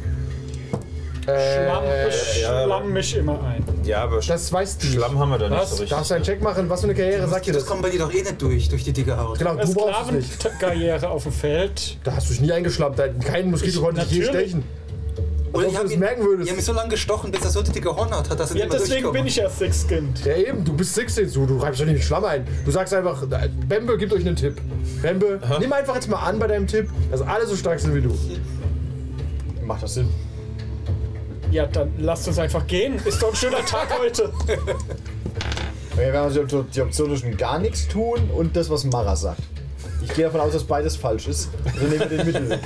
Speaker 6: Schlamm, ich
Speaker 2: ja.
Speaker 6: schlamm mich immer ein.
Speaker 2: Ja, aber
Speaker 1: Das weißt du
Speaker 2: Schlamm
Speaker 1: nicht.
Speaker 2: haben wir da nicht
Speaker 6: Was?
Speaker 2: so richtig.
Speaker 1: Darfst du einen Check machen? Was für eine Karriere sagt dir
Speaker 8: Das
Speaker 1: das?
Speaker 8: kommt bei dir doch eh nicht durch, durch die dicke Haut.
Speaker 1: Genau, du brauchst es nicht.
Speaker 6: Sklavenkarriere auf dem Feld.
Speaker 1: Da hast du dich nie eingeschlampt. da- Kein Moskito konnte dich je
Speaker 6: natürlich.
Speaker 1: stechen.
Speaker 8: Oder
Speaker 1: ob du
Speaker 8: hab
Speaker 1: das
Speaker 8: ihn-
Speaker 1: merken würdest.
Speaker 8: Ich hab mich so lange gestochen, bis er so die dicke Hornhaut hat, dass er
Speaker 6: Ja,
Speaker 8: nicht mehr
Speaker 6: deswegen bin ich ja Six-Kind.
Speaker 1: Ja eben, du bist 16, so, du reibst doch nicht mit Schlamm ein. Du sagst einfach, Bembe, gibt euch einen Tipp. Bembe, nimm einfach jetzt mal an bei deinem Tipp, dass alle so stark sind wie du.
Speaker 5: Macht das Sinn?
Speaker 6: Ja, dann lasst uns einfach gehen. Ist doch ein schöner Tag heute.
Speaker 5: Okay, wir haben die Option- die Option zwischen gar nichts tun und das, was Mara sagt. Ich gehe davon aus, dass beides falsch ist. Also nehmen wir den Mittelweg.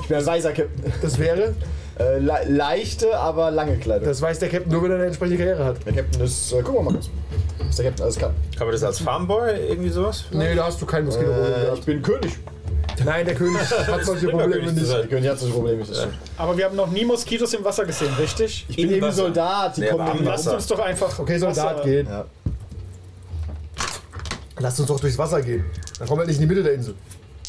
Speaker 5: Ich bin ein weiser Captain.
Speaker 1: Das wäre,
Speaker 5: Äh, le leichte, aber lange Kleidung.
Speaker 1: das weiß der Captain nur, wenn er eine entsprechende Karriere hat.
Speaker 5: Der Captain ist. Äh, gucken wir mal kurz. Was der Captain alles kann.
Speaker 2: Kann man das als Farmboy irgendwie sowas?
Speaker 1: Nee, da hast du keinen Moskito.
Speaker 5: Äh, ich bin König.
Speaker 1: Nein, der König hat solche Probleme
Speaker 2: König zu
Speaker 1: nicht.
Speaker 5: Der König hat solche Probleme. Das ist schön.
Speaker 6: Aber wir haben noch nie Moskitos im Wasser gesehen, richtig?
Speaker 5: Ich bin
Speaker 2: Im
Speaker 5: eben
Speaker 2: Wasser.
Speaker 5: Soldat. Die
Speaker 2: Nee, aber
Speaker 5: kommen
Speaker 2: am
Speaker 5: nicht
Speaker 6: Lasst
Speaker 5: rum.
Speaker 6: uns doch einfach.
Speaker 1: Okay, Soldat
Speaker 6: Wasser-
Speaker 1: geht.
Speaker 5: Ja.
Speaker 1: Lasst uns doch durchs Wasser gehen. Dann kommen wir nicht in die Mitte der Insel.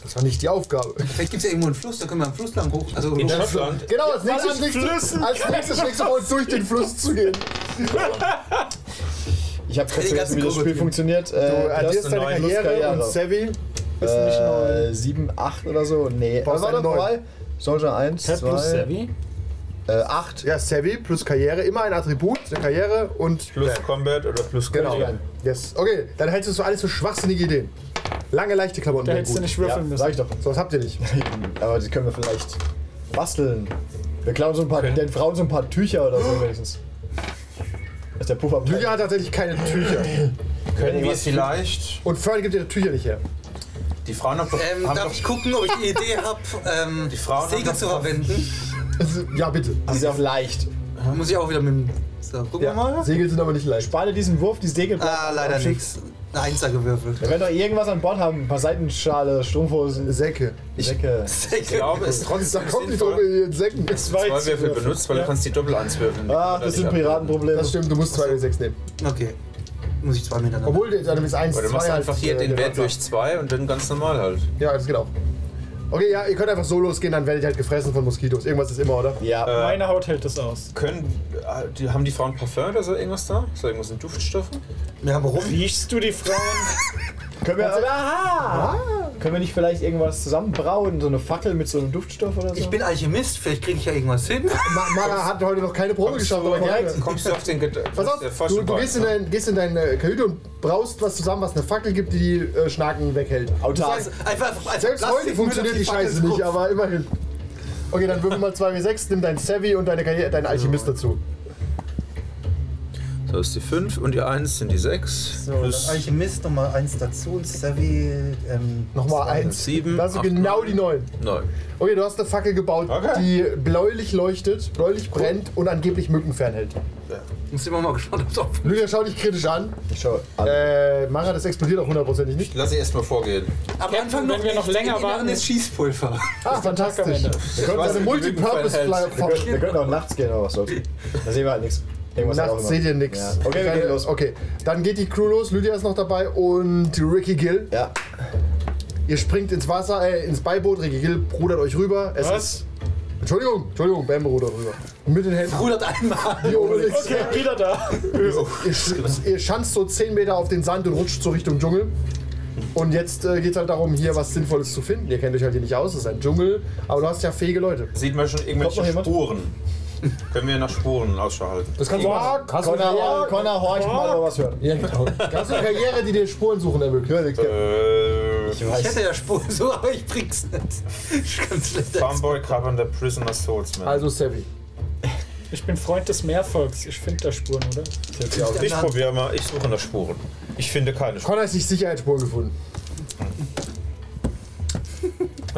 Speaker 1: Das war nicht die Aufgabe.
Speaker 8: Vielleicht gibt's ja irgendwo einen Fluss, da können wir am Fluss lang hoch. Also
Speaker 2: In
Speaker 8: hoch.
Speaker 2: Schottland.
Speaker 1: Genau, als nächstes schlägst du- als nächstes schlägst du vor, durch den Fluss zu gehen.
Speaker 5: Ich habe kurz
Speaker 8: Die
Speaker 5: vergessen,
Speaker 8: ganzen
Speaker 5: wie das Spiel
Speaker 8: Krokodile.
Speaker 5: funktioniert. Äh,
Speaker 1: Du addierst deine
Speaker 5: neun
Speaker 1: Karriere,
Speaker 5: Karriere.
Speaker 1: und Savvy.
Speaker 5: äh, 7, 8 oder so. Nee,
Speaker 1: Brauchst
Speaker 5: warte
Speaker 1: eine Neun.
Speaker 5: mal. Soldier 1, 2, äh, 8.
Speaker 1: Ja, Savvy plus Karriere, immer ein Attribut, eine Karriere und.
Speaker 2: Plus Combat oder plus
Speaker 1: Genau.
Speaker 2: Cooking.
Speaker 1: Yes. Okay, dann hältst du es für alles für schwachsinnige Ideen. Lange, leichte Klamotten.
Speaker 6: Da
Speaker 1: wären
Speaker 6: hättest du
Speaker 1: gut.
Speaker 6: nicht
Speaker 5: Ja,
Speaker 6: würfeln müssen.
Speaker 5: sag ich doch.
Speaker 1: So was habt ihr nicht.
Speaker 5: Aber die können wir vielleicht basteln. Wir klauen so ein paar, den Frauen so ein paar Tücher oder so wenigstens. Das ist der Puffer.
Speaker 1: Lydia hat tatsächlich keine Tücher.
Speaker 2: Können wir vielleicht.
Speaker 1: Und Fern gibt ihre Tücher nicht her.
Speaker 2: Die Frauen haben doch.
Speaker 8: Ähm,
Speaker 2: haben
Speaker 8: darf
Speaker 2: doch
Speaker 8: ich gucken, ob ich die Idee habe, ähm,
Speaker 2: Frauen haben
Speaker 8: Segel
Speaker 2: doch-
Speaker 8: zu verwenden?
Speaker 1: Also, Ja, bitte.
Speaker 5: Die sind auch leicht.
Speaker 8: Muss ich auch wieder mit dem. So, gucken wir
Speaker 1: Ja,
Speaker 8: mal.
Speaker 1: Segel sind aber nicht leicht.
Speaker 5: Spare diesen Wurf, die Segel
Speaker 8: Ah, leider nix. Eine Einser gewürfelt.
Speaker 5: Wir werden doch irgendwas an Bord haben. Ein paar Seitenschale, Strumpfhosen,
Speaker 1: Säcke.
Speaker 5: Säcke.
Speaker 2: ich glaube, es ist
Speaker 1: Da
Speaker 2: trotzdem
Speaker 1: kommt die
Speaker 2: sinnvoll,
Speaker 1: Truppe in Säcken.
Speaker 6: Zwei
Speaker 2: zwei Würfel
Speaker 6: Würfel.
Speaker 2: benutzt, weil du kannst die Doppel answürfeln.
Speaker 1: Ah,
Speaker 5: Ach, Ah, das sind Piratenprobleme.
Speaker 1: Das stimmt, du musst 2W6 nehmen.
Speaker 8: Okay. Muss ich zwei miteinander.
Speaker 1: Obwohl, du jetzt- du bist 1,
Speaker 2: Oder du machst
Speaker 1: 2
Speaker 2: einfach hier den Wert durch 2 und dann ganz normal halt.
Speaker 1: Ja, das geht auch. Okay, ja, ihr könnt einfach so losgehen, dann werdet ihr halt gefressen von Moskitos. Irgendwas ist immer, oder?
Speaker 5: Ja,
Speaker 6: Äh. Meine Haut hält das aus.
Speaker 2: Können, äh, die, haben die Frauen Parfum oder so irgendwas da? Ist da irgendwas in Duftstoffen?
Speaker 8: Ja, warum?
Speaker 6: Riechst du die Frauen?
Speaker 5: können wir, aha, können wir nicht vielleicht irgendwas zusammenbrauen? So eine Fackel mit so einem Duftstoff oder so?
Speaker 8: Ich bin Alchemist, vielleicht kriege ich ja irgendwas hin.
Speaker 1: Ma Mara hat heute noch keine Probe geschafft, aber gerne.
Speaker 2: Kommst du auf den Gedanken?
Speaker 1: Pass auf, du, du gehst, in dein, gehst in deine Kajüte und braust was zusammen, was eine Fackel gibt, die die äh, Schnaken weghält.
Speaker 5: Autark.
Speaker 8: Also, einfach, einfach
Speaker 1: Selbst
Speaker 8: lass
Speaker 1: heute
Speaker 8: den
Speaker 1: funktioniert
Speaker 8: Müll
Speaker 1: die
Speaker 8: auf Fackel
Speaker 1: Scheiße nicht,
Speaker 8: drauf.
Speaker 1: aber immerhin. Okay, dann würfel mal 2W6, nimm dein Savvy und deine Karriere, deinen Alchemist dazu.
Speaker 2: So ist die 5 und die 1 sind die 6.
Speaker 8: So, dann Alchemist nochmal eins dazu und Savvy. Ähm,
Speaker 1: Nochmal eins.
Speaker 2: sieben,
Speaker 1: Das ist
Speaker 2: acht,
Speaker 1: genau die 9.
Speaker 2: 9.
Speaker 1: Okay, du hast eine Fackel gebaut,
Speaker 2: Okay.
Speaker 1: die bläulich leuchtet, bläulich brennt und angeblich Mücken fernhält.
Speaker 8: Muss immer mal gespannt, ob es auch
Speaker 1: Lydia, schau dich kritisch an.
Speaker 5: Ich schau. Äh,
Speaker 1: Äh, Mara, das explodiert auch hundertprozentig nicht.
Speaker 2: Lass ich erstmal vorgehen.
Speaker 8: Am
Speaker 6: Anfang noch nicht. Im Inneren ist
Speaker 8: ist Schießpulver.
Speaker 1: Ah,
Speaker 6: am
Speaker 1: fantastisch.
Speaker 6: Ende.
Speaker 1: Wir können
Speaker 2: weiß
Speaker 1: eine
Speaker 2: nicht, wie die Mücken
Speaker 1: Multipurpose-Flyer
Speaker 2: fernhält.
Speaker 5: wir, können, wir können auch nachts gehen, aber was soll's. Da sehen wir halt nichts. Irgendwas hat auch
Speaker 1: Nachts
Speaker 5: immer-
Speaker 1: seht ihr nichts.
Speaker 5: Ja. Okay, wir
Speaker 1: Keine-
Speaker 5: gehen los.
Speaker 1: Okay, dann geht die Crew los. Lydia ist noch dabei und Ricky Gill.
Speaker 5: Ja.
Speaker 1: Ihr springt ins Wasser, äh, ins Beiboot. Ricky Gill rudert euch rüber. Es ist.
Speaker 6: Was?
Speaker 1: Entschuldigung, Entschuldigung, Bam rudert rüber. Mit den Händen.
Speaker 8: Rudert einmal.
Speaker 1: Wie Obelix.
Speaker 6: Okay, wieder da.
Speaker 1: Ihr, sch- ihr schanzt so 10 Meter auf den Sand und rutscht so Richtung Dschungel. Und jetzt äh, geht es halt darum, hier was Sinnvolles zu finden. Ihr kennt euch halt hier nicht aus, es ist ein Dschungel, aber du hast ja fähige Leute.
Speaker 2: Sieht man schon
Speaker 5: noch
Speaker 2: irgendwelche
Speaker 5: jemand?
Speaker 2: Spuren? Können wir nach Spuren Ausschau halten?
Speaker 1: Das kannst du machen. Hast du eine
Speaker 5: Connor,
Speaker 1: Karriere,
Speaker 5: Connor horcht mal, ob er was hört.
Speaker 1: ja, genau. Hast du eine Karriere, die dir Spuren suchen ermöglicht?
Speaker 2: Äh,
Speaker 8: Ich hätte ja Spuren so, aber ich bring's nicht. Ich kann schlecht
Speaker 2: Farmboy Carpenter Prisoner Swordsman.
Speaker 1: Also Savvy.
Speaker 6: Ich bin Freund des Meervolks. Ich finde da Spuren, oder?
Speaker 2: ich probiere mal, ich suche nach Spuren. Ich finde keine Spuren.
Speaker 1: Connor hat sich Sicherheitsspuren gefunden.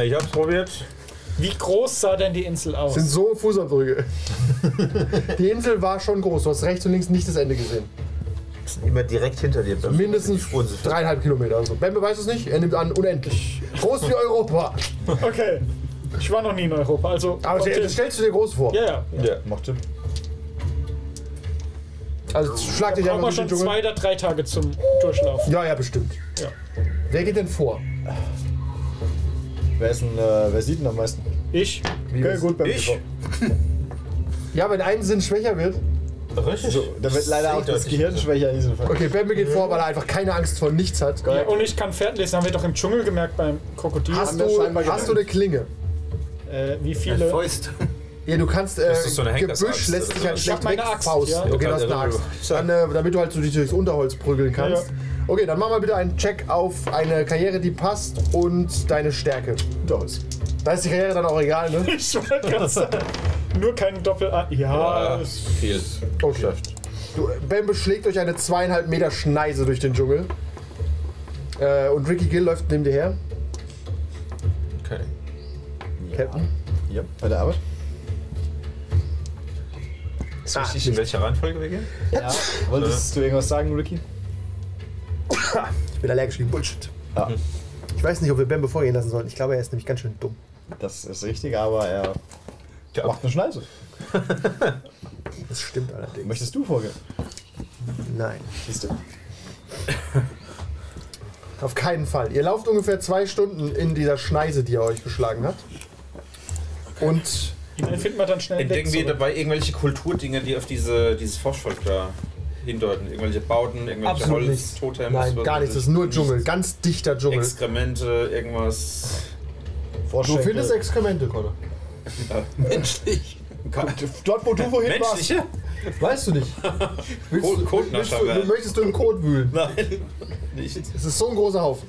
Speaker 2: Ich hab's probiert.
Speaker 6: Wie groß sah denn die Insel aus?
Speaker 1: Sind so Fußabdrücke. die Insel war schon groß. Du hast rechts und links nicht das Ende gesehen.
Speaker 2: Immer direkt hinter dir.
Speaker 1: Mindestens dreieinhalb Kilometer. Also Bambe weiß es nicht. Er nimmt an, unendlich. Groß wie Europa.
Speaker 6: okay. Ich war noch nie in Europa, also.
Speaker 1: Aber
Speaker 6: okay.
Speaker 1: das stellst du dir groß vor.
Speaker 6: ja, ja.
Speaker 2: Ja.
Speaker 5: Macht Sinn.
Speaker 1: Also schlag dich
Speaker 6: Brauchen
Speaker 1: einfach
Speaker 6: wir
Speaker 1: durch den
Speaker 6: schon
Speaker 1: Dschungel.
Speaker 6: zwei oder drei Tage zum Durchlaufen.
Speaker 1: Ja, ja, bestimmt.
Speaker 6: Ja.
Speaker 1: Wer geht denn vor?
Speaker 5: Wer, ist denn, äh, wer sieht denn am meisten?
Speaker 6: Ich?
Speaker 5: Okay, gut, beim
Speaker 2: Ich?
Speaker 1: Ja, wenn ein Sinn schwächer wird.
Speaker 2: Richtig.
Speaker 5: So, da wird leider auch das
Speaker 2: deutlich
Speaker 5: Gehirn schwächer in diesem Fall.
Speaker 1: Okay, Bambi
Speaker 6: Mhm.
Speaker 1: geht vor, weil er einfach keine Angst vor nichts hat.
Speaker 6: Ja, und ich kann Pferd lesen, haben wir doch im Dschungel gemerkt beim Krokodil.
Speaker 1: Hast
Speaker 5: wir
Speaker 1: du,
Speaker 5: scheinbar
Speaker 1: hast du eine Klinge?
Speaker 6: Äh, wie viele?
Speaker 8: Fäust.
Speaker 1: Ja, du kannst. Äh,
Speaker 2: ist so eine Henkersaxt,
Speaker 1: Gebüsch lässt dich
Speaker 2: oder
Speaker 1: halt schlecht
Speaker 2: so.
Speaker 6: Ich hab meine
Speaker 1: weg.
Speaker 6: Axt,
Speaker 1: Faust.
Speaker 6: ja.
Speaker 1: Okay,
Speaker 2: Ja,
Speaker 1: du hast eine
Speaker 2: ja,
Speaker 1: Axt.
Speaker 2: ja.
Speaker 1: Dann, äh, damit du halt so dich durchs Unterholz prügeln kannst.
Speaker 6: Ja,
Speaker 1: Okay, dann mach mal bitte einen Check auf eine Karriere, die passt und deine Stärke. Unterholz. Da ist die Karriere dann auch egal, ne?
Speaker 6: Ich wollte gerade sagen. Nur kein Doppel. Ah, ja,
Speaker 2: Ah,
Speaker 6: es-
Speaker 2: viel.
Speaker 5: Oh,
Speaker 1: Okay. Du, Bambe schlägt euch eine zweieinhalb Meter Schneise durch den Dschungel. Äh, und Ricky Gill läuft neben dir her.
Speaker 2: Okay.
Speaker 1: Captain.
Speaker 5: Ja, bei der Arbeit.
Speaker 2: Ist
Speaker 5: Ah.
Speaker 2: wichtig, in welcher Reihenfolge wir gehen?
Speaker 5: Ja. Wolltest du irgendwas sagen, Ricky?
Speaker 1: Ich bin allergisch gegen Bullshit.
Speaker 5: Ja.
Speaker 1: Ich weiß nicht, ob wir Bambe vorgehen lassen sollten. Ich glaube, er ist nämlich ganz schön dumm.
Speaker 5: Das ist richtig, aber er
Speaker 2: Ja.
Speaker 5: macht eine Schneise.
Speaker 1: Das stimmt allerdings.
Speaker 5: Möchtest du vorgehen?
Speaker 1: Nein.
Speaker 5: Siehst du.
Speaker 1: Auf keinen Fall. Ihr lauft ungefähr zwei Stunden in dieser Schneise, die er euch geschlagen hat. Und
Speaker 6: den finden wir dann schnell
Speaker 2: Entdecken wir
Speaker 6: weg.
Speaker 2: dabei irgendwelche Kulturdinge, die auf diese, dieses Forschvolk da hindeuten? Irgendwelche Bauten, irgendwelche
Speaker 1: absolut nichts.
Speaker 2: Holz, Totems?
Speaker 1: Nein,
Speaker 2: was
Speaker 1: gar
Speaker 2: weiß
Speaker 1: nichts.
Speaker 2: ich.
Speaker 1: Das ist nur Dschungel. Ganz dichter Dschungel.
Speaker 2: Exkremente, irgendwas.
Speaker 1: Du findest Exkremente, Connor.
Speaker 8: Menschlich.
Speaker 5: Dort, wo du vorhin warst.
Speaker 2: Menschliche?
Speaker 1: Weißt du nicht. Willst du,
Speaker 2: Ko-
Speaker 1: willst
Speaker 2: Kotnascher
Speaker 1: du,
Speaker 2: werden.
Speaker 1: möchtest du im Kot wühlen?
Speaker 2: Nein. Nicht.
Speaker 1: Es ist so ein großer Haufen.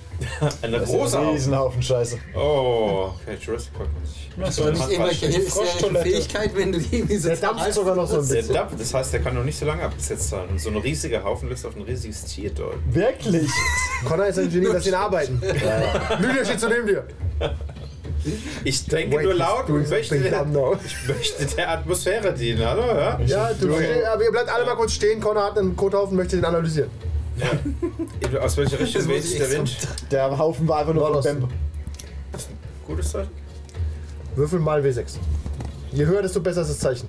Speaker 2: Eine
Speaker 5: Das ist
Speaker 2: große
Speaker 5: ein
Speaker 2: Augen.
Speaker 5: Riesenhaufen Scheiße.
Speaker 2: Oh, okay, Jurassic Park. muss ich-
Speaker 6: Ach so,
Speaker 2: Der
Speaker 8: Nicht
Speaker 2: Mann
Speaker 8: irgendwelche
Speaker 2: falsch.
Speaker 8: hysterischen
Speaker 6: Froschtoilette.
Speaker 8: Fähigkeiten, wenn du die diese
Speaker 1: Der dampft sogar noch so ein
Speaker 2: Der
Speaker 1: bisschen.
Speaker 2: Dampf, das heißt, der kann noch nicht so lange abgesetzt sein. Und so ein riesiger Haufen lässt auf ein riesiges Tier deuten.
Speaker 5: Wirklich?
Speaker 1: Connor ist ein Genie, lass ihn arbeiten. Lydia steht zu neben dir.
Speaker 2: Ich denke nur laut und möchte
Speaker 1: something dumb
Speaker 2: der,
Speaker 1: now.
Speaker 2: ich möchte der Atmosphäre dienen, hallo? Ja?
Speaker 1: Ja, du steh, aber ihr bleibt alle mal kurz stehen. Connor hat einen Kothaufen, möchte den analysieren.
Speaker 2: Aus welcher Richtung
Speaker 8: Das
Speaker 2: weht
Speaker 8: muss
Speaker 2: sich
Speaker 8: ich
Speaker 2: der
Speaker 8: extra-
Speaker 2: Wind?
Speaker 5: Der Haufen war einfach nur von
Speaker 1: Nordost.
Speaker 5: Bembe.
Speaker 2: Gutes Zeichen?
Speaker 1: Würfel mal W6. Je höher, desto besser ist das Zeichen.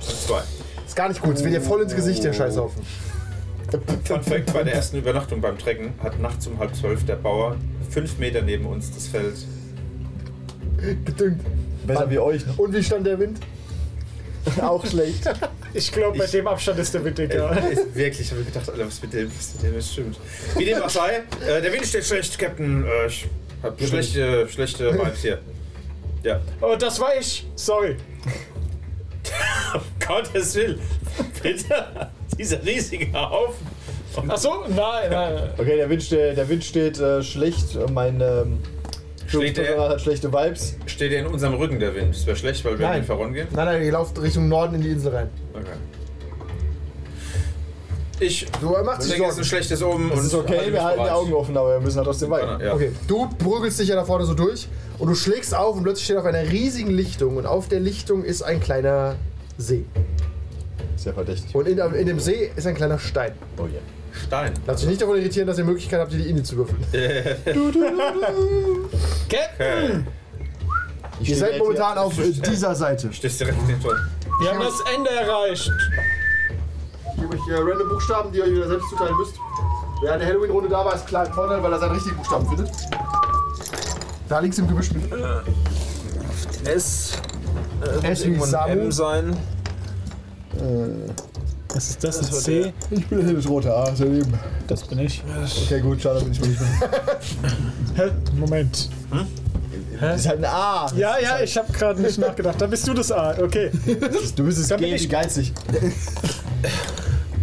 Speaker 2: Zwei.
Speaker 1: Ist gar nicht gut. Es wird dir voll ins Gesicht, der Scheißhaufen.
Speaker 2: Fun Fact: Bei der ersten Übernachtung beim Trecken hat nachts um halb zwölf der Bauer fünf Meter neben uns das Feld
Speaker 1: Gedüngt.
Speaker 5: Besser wie euch. Ne?
Speaker 1: Und wie stand der Wind?
Speaker 5: Auch schlecht.
Speaker 6: Ich glaube, bei dem Abstand ist der Wind
Speaker 2: Äh,
Speaker 6: egal.
Speaker 2: Ist wirklich, ich habe gedacht, Alter, was mit dem, was mit dem ist stimmt. Wie dem auch sei, äh, der Wind steht schlecht, Captain. Äh, ich hab schlechte, schlechte Vibes hier. Ja.
Speaker 6: Oh, das war ich. Sorry.
Speaker 2: Um Gottes Willen. Bitte. Dieser riesige Haufen.
Speaker 6: Ach so, nein, nein.
Speaker 5: Okay, der Wind steht, der Wind steht äh, schlecht. Äh, Mein ähm,
Speaker 2: Schlägt
Speaker 5: Flugfahrer
Speaker 2: er,
Speaker 5: hat schlechte Vibes.
Speaker 2: steht er in unserem Rücken, der Wind. Das wäre schlecht, weil wir
Speaker 1: Nein.
Speaker 2: in den Verron gehen.
Speaker 1: Nein, nein, ihr lauft Richtung Norden in die Insel rein.
Speaker 2: Okay. Ich
Speaker 1: So, er macht sich
Speaker 2: denke, es ist ein
Speaker 1: Sorgen.
Speaker 2: schlechtes Um Oben.
Speaker 5: Das ist okay, wir halten die Augen offen, aber wir müssen halt trotzdem weiter.
Speaker 2: Ja.
Speaker 1: Okay, du prügelst dich ja da vorne so durch und du schlägst auf und plötzlich steht auf einer riesigen Lichtung und auf der Lichtung ist ein kleiner See.
Speaker 5: Sehr verdächtig.
Speaker 1: Und in, in dem See ist ein kleiner Stein.
Speaker 5: Oh yeah.
Speaker 2: Stein.
Speaker 1: Lasst euch nicht davon irritieren, dass ihr Möglichkeit habt, die Ine zu würfeln.
Speaker 2: Okay.
Speaker 1: Ihr seid momentan auf äh, dieser Seite.
Speaker 2: Stehst direkt in den Tor.
Speaker 6: Wir haben das Ende erreicht.
Speaker 1: Ich gebe euch äh, random Buchstaben, die ihr euch wieder selbst zuteilen müsst. Wer eine Halloween-Runde da war, ist klar im Vorteil, weil er seinen richtigen Buchstaben findet. Da links im Gebüsch mit äh,
Speaker 2: S.
Speaker 1: S wie Samu.
Speaker 2: sein.
Speaker 11: Was ist das? Ein C?
Speaker 5: Ich bin das rote A, so eben.
Speaker 11: Das bin ich.
Speaker 5: Okay, gut, schade, bin ich mal nicht mehr.
Speaker 11: Hä? Moment.
Speaker 5: Hm? Das ist halt ein A.
Speaker 11: Ja, ja, ich habe gerade nicht nachgedacht. Dann bist du das A. Okay.
Speaker 5: Du bist es
Speaker 11: Dann bin
Speaker 5: gehen,
Speaker 11: ich-
Speaker 5: geizig.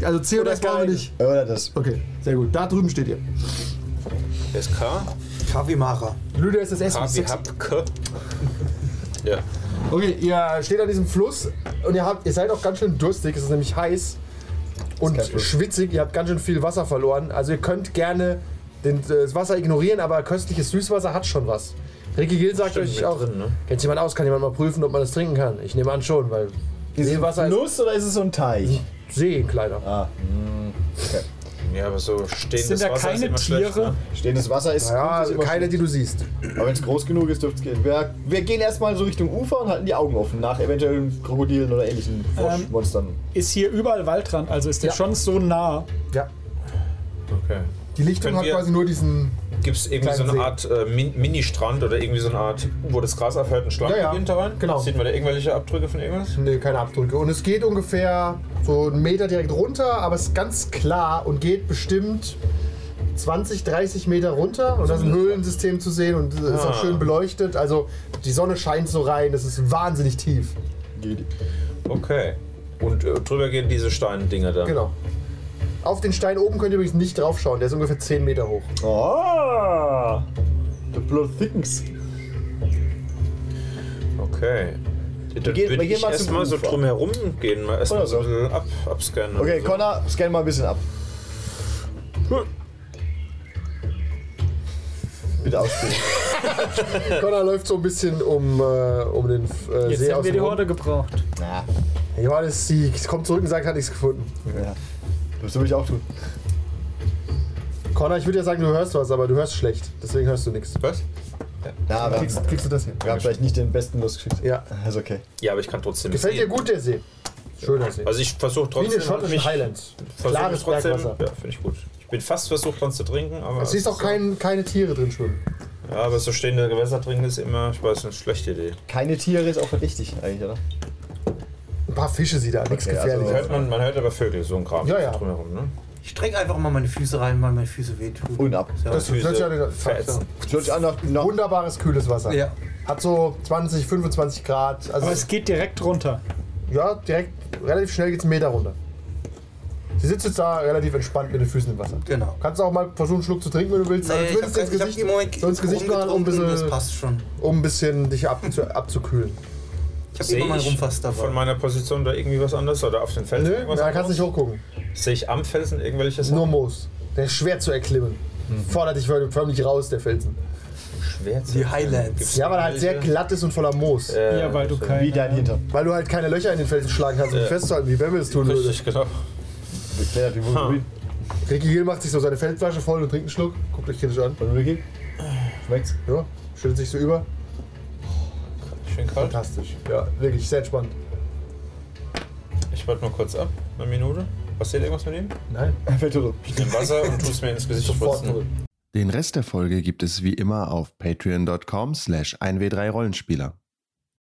Speaker 1: Also C oder S wollen wir
Speaker 11: geil.
Speaker 1: nicht.
Speaker 5: Oder das.
Speaker 1: Okay, sehr gut. Da drüben steht ihr.
Speaker 2: SK.
Speaker 8: Kavimara.
Speaker 1: Lüder ist das S.
Speaker 2: K
Speaker 1: mit
Speaker 2: wie
Speaker 1: sechs.
Speaker 2: Hapke. Ja.
Speaker 1: Okay, ihr steht an diesem Fluss und ihr, habt, ihr seid auch ganz schön durstig. Es ist nämlich heiß und
Speaker 5: kein Fluss.
Speaker 1: schwitzig. Ihr habt ganz schön viel Wasser verloren. Also ihr könnt gerne den, das Wasser ignorieren, aber köstliches Süßwasser hat schon was. Ricky Gill sagt
Speaker 2: Stimmt,
Speaker 1: euch
Speaker 2: mit
Speaker 1: auch,
Speaker 2: drin, ne?
Speaker 1: kennt jemand aus, kann jemand mal prüfen, ob man das trinken kann. Ich nehme an schon, weil Seewasser ist Ah.
Speaker 5: Nuss oder ist es so ein Teich?
Speaker 1: See kleiner.
Speaker 2: Ja, aber so stehendes
Speaker 11: Sind da
Speaker 2: Wasser ist
Speaker 11: keine
Speaker 2: immer schlecht,
Speaker 11: Tiere?
Speaker 2: ne?
Speaker 5: Stehendes Wasser ist.
Speaker 1: Ja,
Speaker 5: gut, ist immer
Speaker 1: also keine, die du siehst.
Speaker 5: schlecht. Aber wenn es groß genug ist, dürfte es gehen. Wir, wir gehen erstmal so Richtung Ufer und halten die Augen offen nach eventuellen Krokodilen oder ähnlichen
Speaker 11: Ähm.
Speaker 5: Froschmonstern.
Speaker 11: Ist hier überall Waldrand, also ist der
Speaker 1: Ja.
Speaker 11: schon so nah.
Speaker 1: Ja.
Speaker 2: Okay.
Speaker 1: Die Lichtung
Speaker 2: Können
Speaker 1: hat
Speaker 2: wir-
Speaker 1: quasi nur diesen.
Speaker 2: Gibt es irgendwie so
Speaker 1: Kleinen
Speaker 2: eine Art äh, Min Mini-Strand oder irgendwie so eine Art, wo das Gras aufhört, ein Schlangen
Speaker 1: Ja, ja,
Speaker 2: beginnt da rein?
Speaker 1: genau.
Speaker 2: Sieht man da irgendwelche Abdrücke von irgendwas?
Speaker 1: Nee, keine Abdrücke. Und es geht ungefähr so einen Meter direkt runter, aber es ist ganz klar und geht bestimmt 20, 30 Meter runter. Und da ist ein Höhlensystem zu sehen und ist auch
Speaker 2: Ah.
Speaker 1: schön beleuchtet. Also die Sonne scheint so rein, das ist wahnsinnig tief.
Speaker 2: Okay. Und äh, drüber gehen diese Steindinger da.
Speaker 1: Genau. Auf den Stein oben könnt ihr übrigens nicht draufschauen, der ist ungefähr 10 Meter hoch.
Speaker 5: Oh! The blood thickens.
Speaker 2: Okay. Dann
Speaker 5: gehen-
Speaker 2: würde
Speaker 5: wir gehen
Speaker 2: ich
Speaker 5: mal zum
Speaker 2: erstmal so
Speaker 5: Ufer.
Speaker 2: drumherum gehen, mal erstmal
Speaker 5: Oder
Speaker 2: so
Speaker 5: so.
Speaker 2: ein bisschen ab, abscannen.
Speaker 5: Okay,
Speaker 2: so.
Speaker 5: Connor, scan mal ein bisschen ab. Bitte ausspielen.
Speaker 1: Connor läuft so ein bisschen um, äh, um den äh,
Speaker 11: Jetzt
Speaker 1: See
Speaker 11: haben
Speaker 1: aus.
Speaker 11: wir die Horde gebraucht.
Speaker 5: Na,
Speaker 1: Johannes siegt, kommt zurück und sagt, hat nichts gefunden.
Speaker 5: ja. Das würde ich auch tun.
Speaker 1: Connor, ich würde ja sagen, du hörst was, aber du hörst schlecht. Deswegen hörst du nichts.
Speaker 2: Was?
Speaker 5: Na, aber
Speaker 1: Kriegst, kriegst du das hier?
Speaker 5: wir haben vielleicht nicht den besten Lust geschickt.
Speaker 1: Ja.
Speaker 5: Ist okay.
Speaker 2: Ja, aber ich kann trotzdem.
Speaker 1: Gefällt dir
Speaker 2: sehen.
Speaker 1: gut der See? Schöner See.
Speaker 2: Also ich versuche
Speaker 1: Wie in den
Speaker 2: trotzdem.
Speaker 1: schottischen Highlands.
Speaker 2: versuch
Speaker 1: Klares
Speaker 2: trotzdem,
Speaker 1: Bergwasser.
Speaker 2: Ja, finde ich gut. Ich bin fast versucht dran zu trinken, aber.
Speaker 1: Es siehst auch kein, keine Tiere drin schwimmen.
Speaker 2: Ja, aber so stehende Gewässer trinken ist immer, ich weiß, eine schlechte Idee.
Speaker 5: Keine Tiere ist auch verdächtig eigentlich, oder?
Speaker 1: Ein paar Fische sieht da, nichts
Speaker 5: Okay, also-
Speaker 1: gefährliches.
Speaker 2: Hört man, man hört aber Vögel, so ein Kram
Speaker 1: Ja, ja.
Speaker 2: drumherum, ne?
Speaker 8: Ich strecke einfach mal meine Füße rein, weil meine Füße wehtun.
Speaker 5: Und ab.
Speaker 1: das
Speaker 2: Füße
Speaker 1: hört sich an-
Speaker 2: verätzen.
Speaker 5: Schaut euch an nach, nach
Speaker 1: Wunderbares kühles Wasser.
Speaker 8: Ja.
Speaker 1: Hat so 20, 25 Grad.
Speaker 11: Aber
Speaker 1: Also
Speaker 11: es geht direkt runter.
Speaker 1: ja, direkt relativ schnell geht's einen Meter runter. Sie sitzt jetzt da relativ entspannt mit den Füßen im Wasser.
Speaker 8: Genau.
Speaker 1: Kannst auch mal versuchen, einen Schluck zu trinken, wenn du willst.
Speaker 8: Nee,
Speaker 1: aber
Speaker 8: ich hab,
Speaker 1: zumindest
Speaker 8: ich hab im Moment
Speaker 1: so ins Gesicht machen, um ein
Speaker 8: rumgetrunken, das
Speaker 1: bisschen,
Speaker 8: passt schon.
Speaker 1: um ein bisschen dich ab, zu, abzukühlen.
Speaker 8: Ich hab
Speaker 2: Sehe
Speaker 8: immer meinen
Speaker 2: ich
Speaker 8: Rumpfass dabei.
Speaker 2: von meiner Position da irgendwie was anderes oder auf den Felsen
Speaker 1: Nö,
Speaker 2: irgendwas
Speaker 1: da kannst du
Speaker 2: anderes?
Speaker 1: nicht hochgucken.
Speaker 2: Sehe ich am Felsen irgendwelches?
Speaker 1: Nur Moos. Der ist schwer zu erklimmen. Fordert dich förmlich raus, der Felsen.
Speaker 2: schwer zu
Speaker 8: die Highlands.
Speaker 1: Ja, weil er halt sehr glatt ist und voller Moos.
Speaker 2: Äh,
Speaker 11: Ja, weil du kein.
Speaker 5: wie dein Hintern.
Speaker 1: Weil du halt keine Löcher in den Felsen schlagen kannst, um
Speaker 2: Ja.
Speaker 1: dich festzuhalten, wie wenn wir es tun würden.
Speaker 2: Richtig, genau.
Speaker 5: Geklärt wie Wolverine.
Speaker 1: Ricky Gill macht sich so seine Feldflasche voll und trinkt einen Schluck. Guckt euch kritisch an.
Speaker 5: Und Ricky? Schmeckt's?
Speaker 1: Ja, schüttelt sich so über.
Speaker 2: Schön kalt.
Speaker 1: Fantastisch. Ja, wirklich, sehr entspannt.
Speaker 2: Ich warte mal kurz ab, eine Minute. Passiert irgendwas mit ihm?
Speaker 1: Nein.
Speaker 5: Fällt tot.
Speaker 2: Ich nehme Wasser und tu es mir ins Gesicht
Speaker 1: Sofort
Speaker 2: spritzen.
Speaker 5: Den Rest der Folge gibt es wie immer auf patreon.com slash 1w3rollenspieler.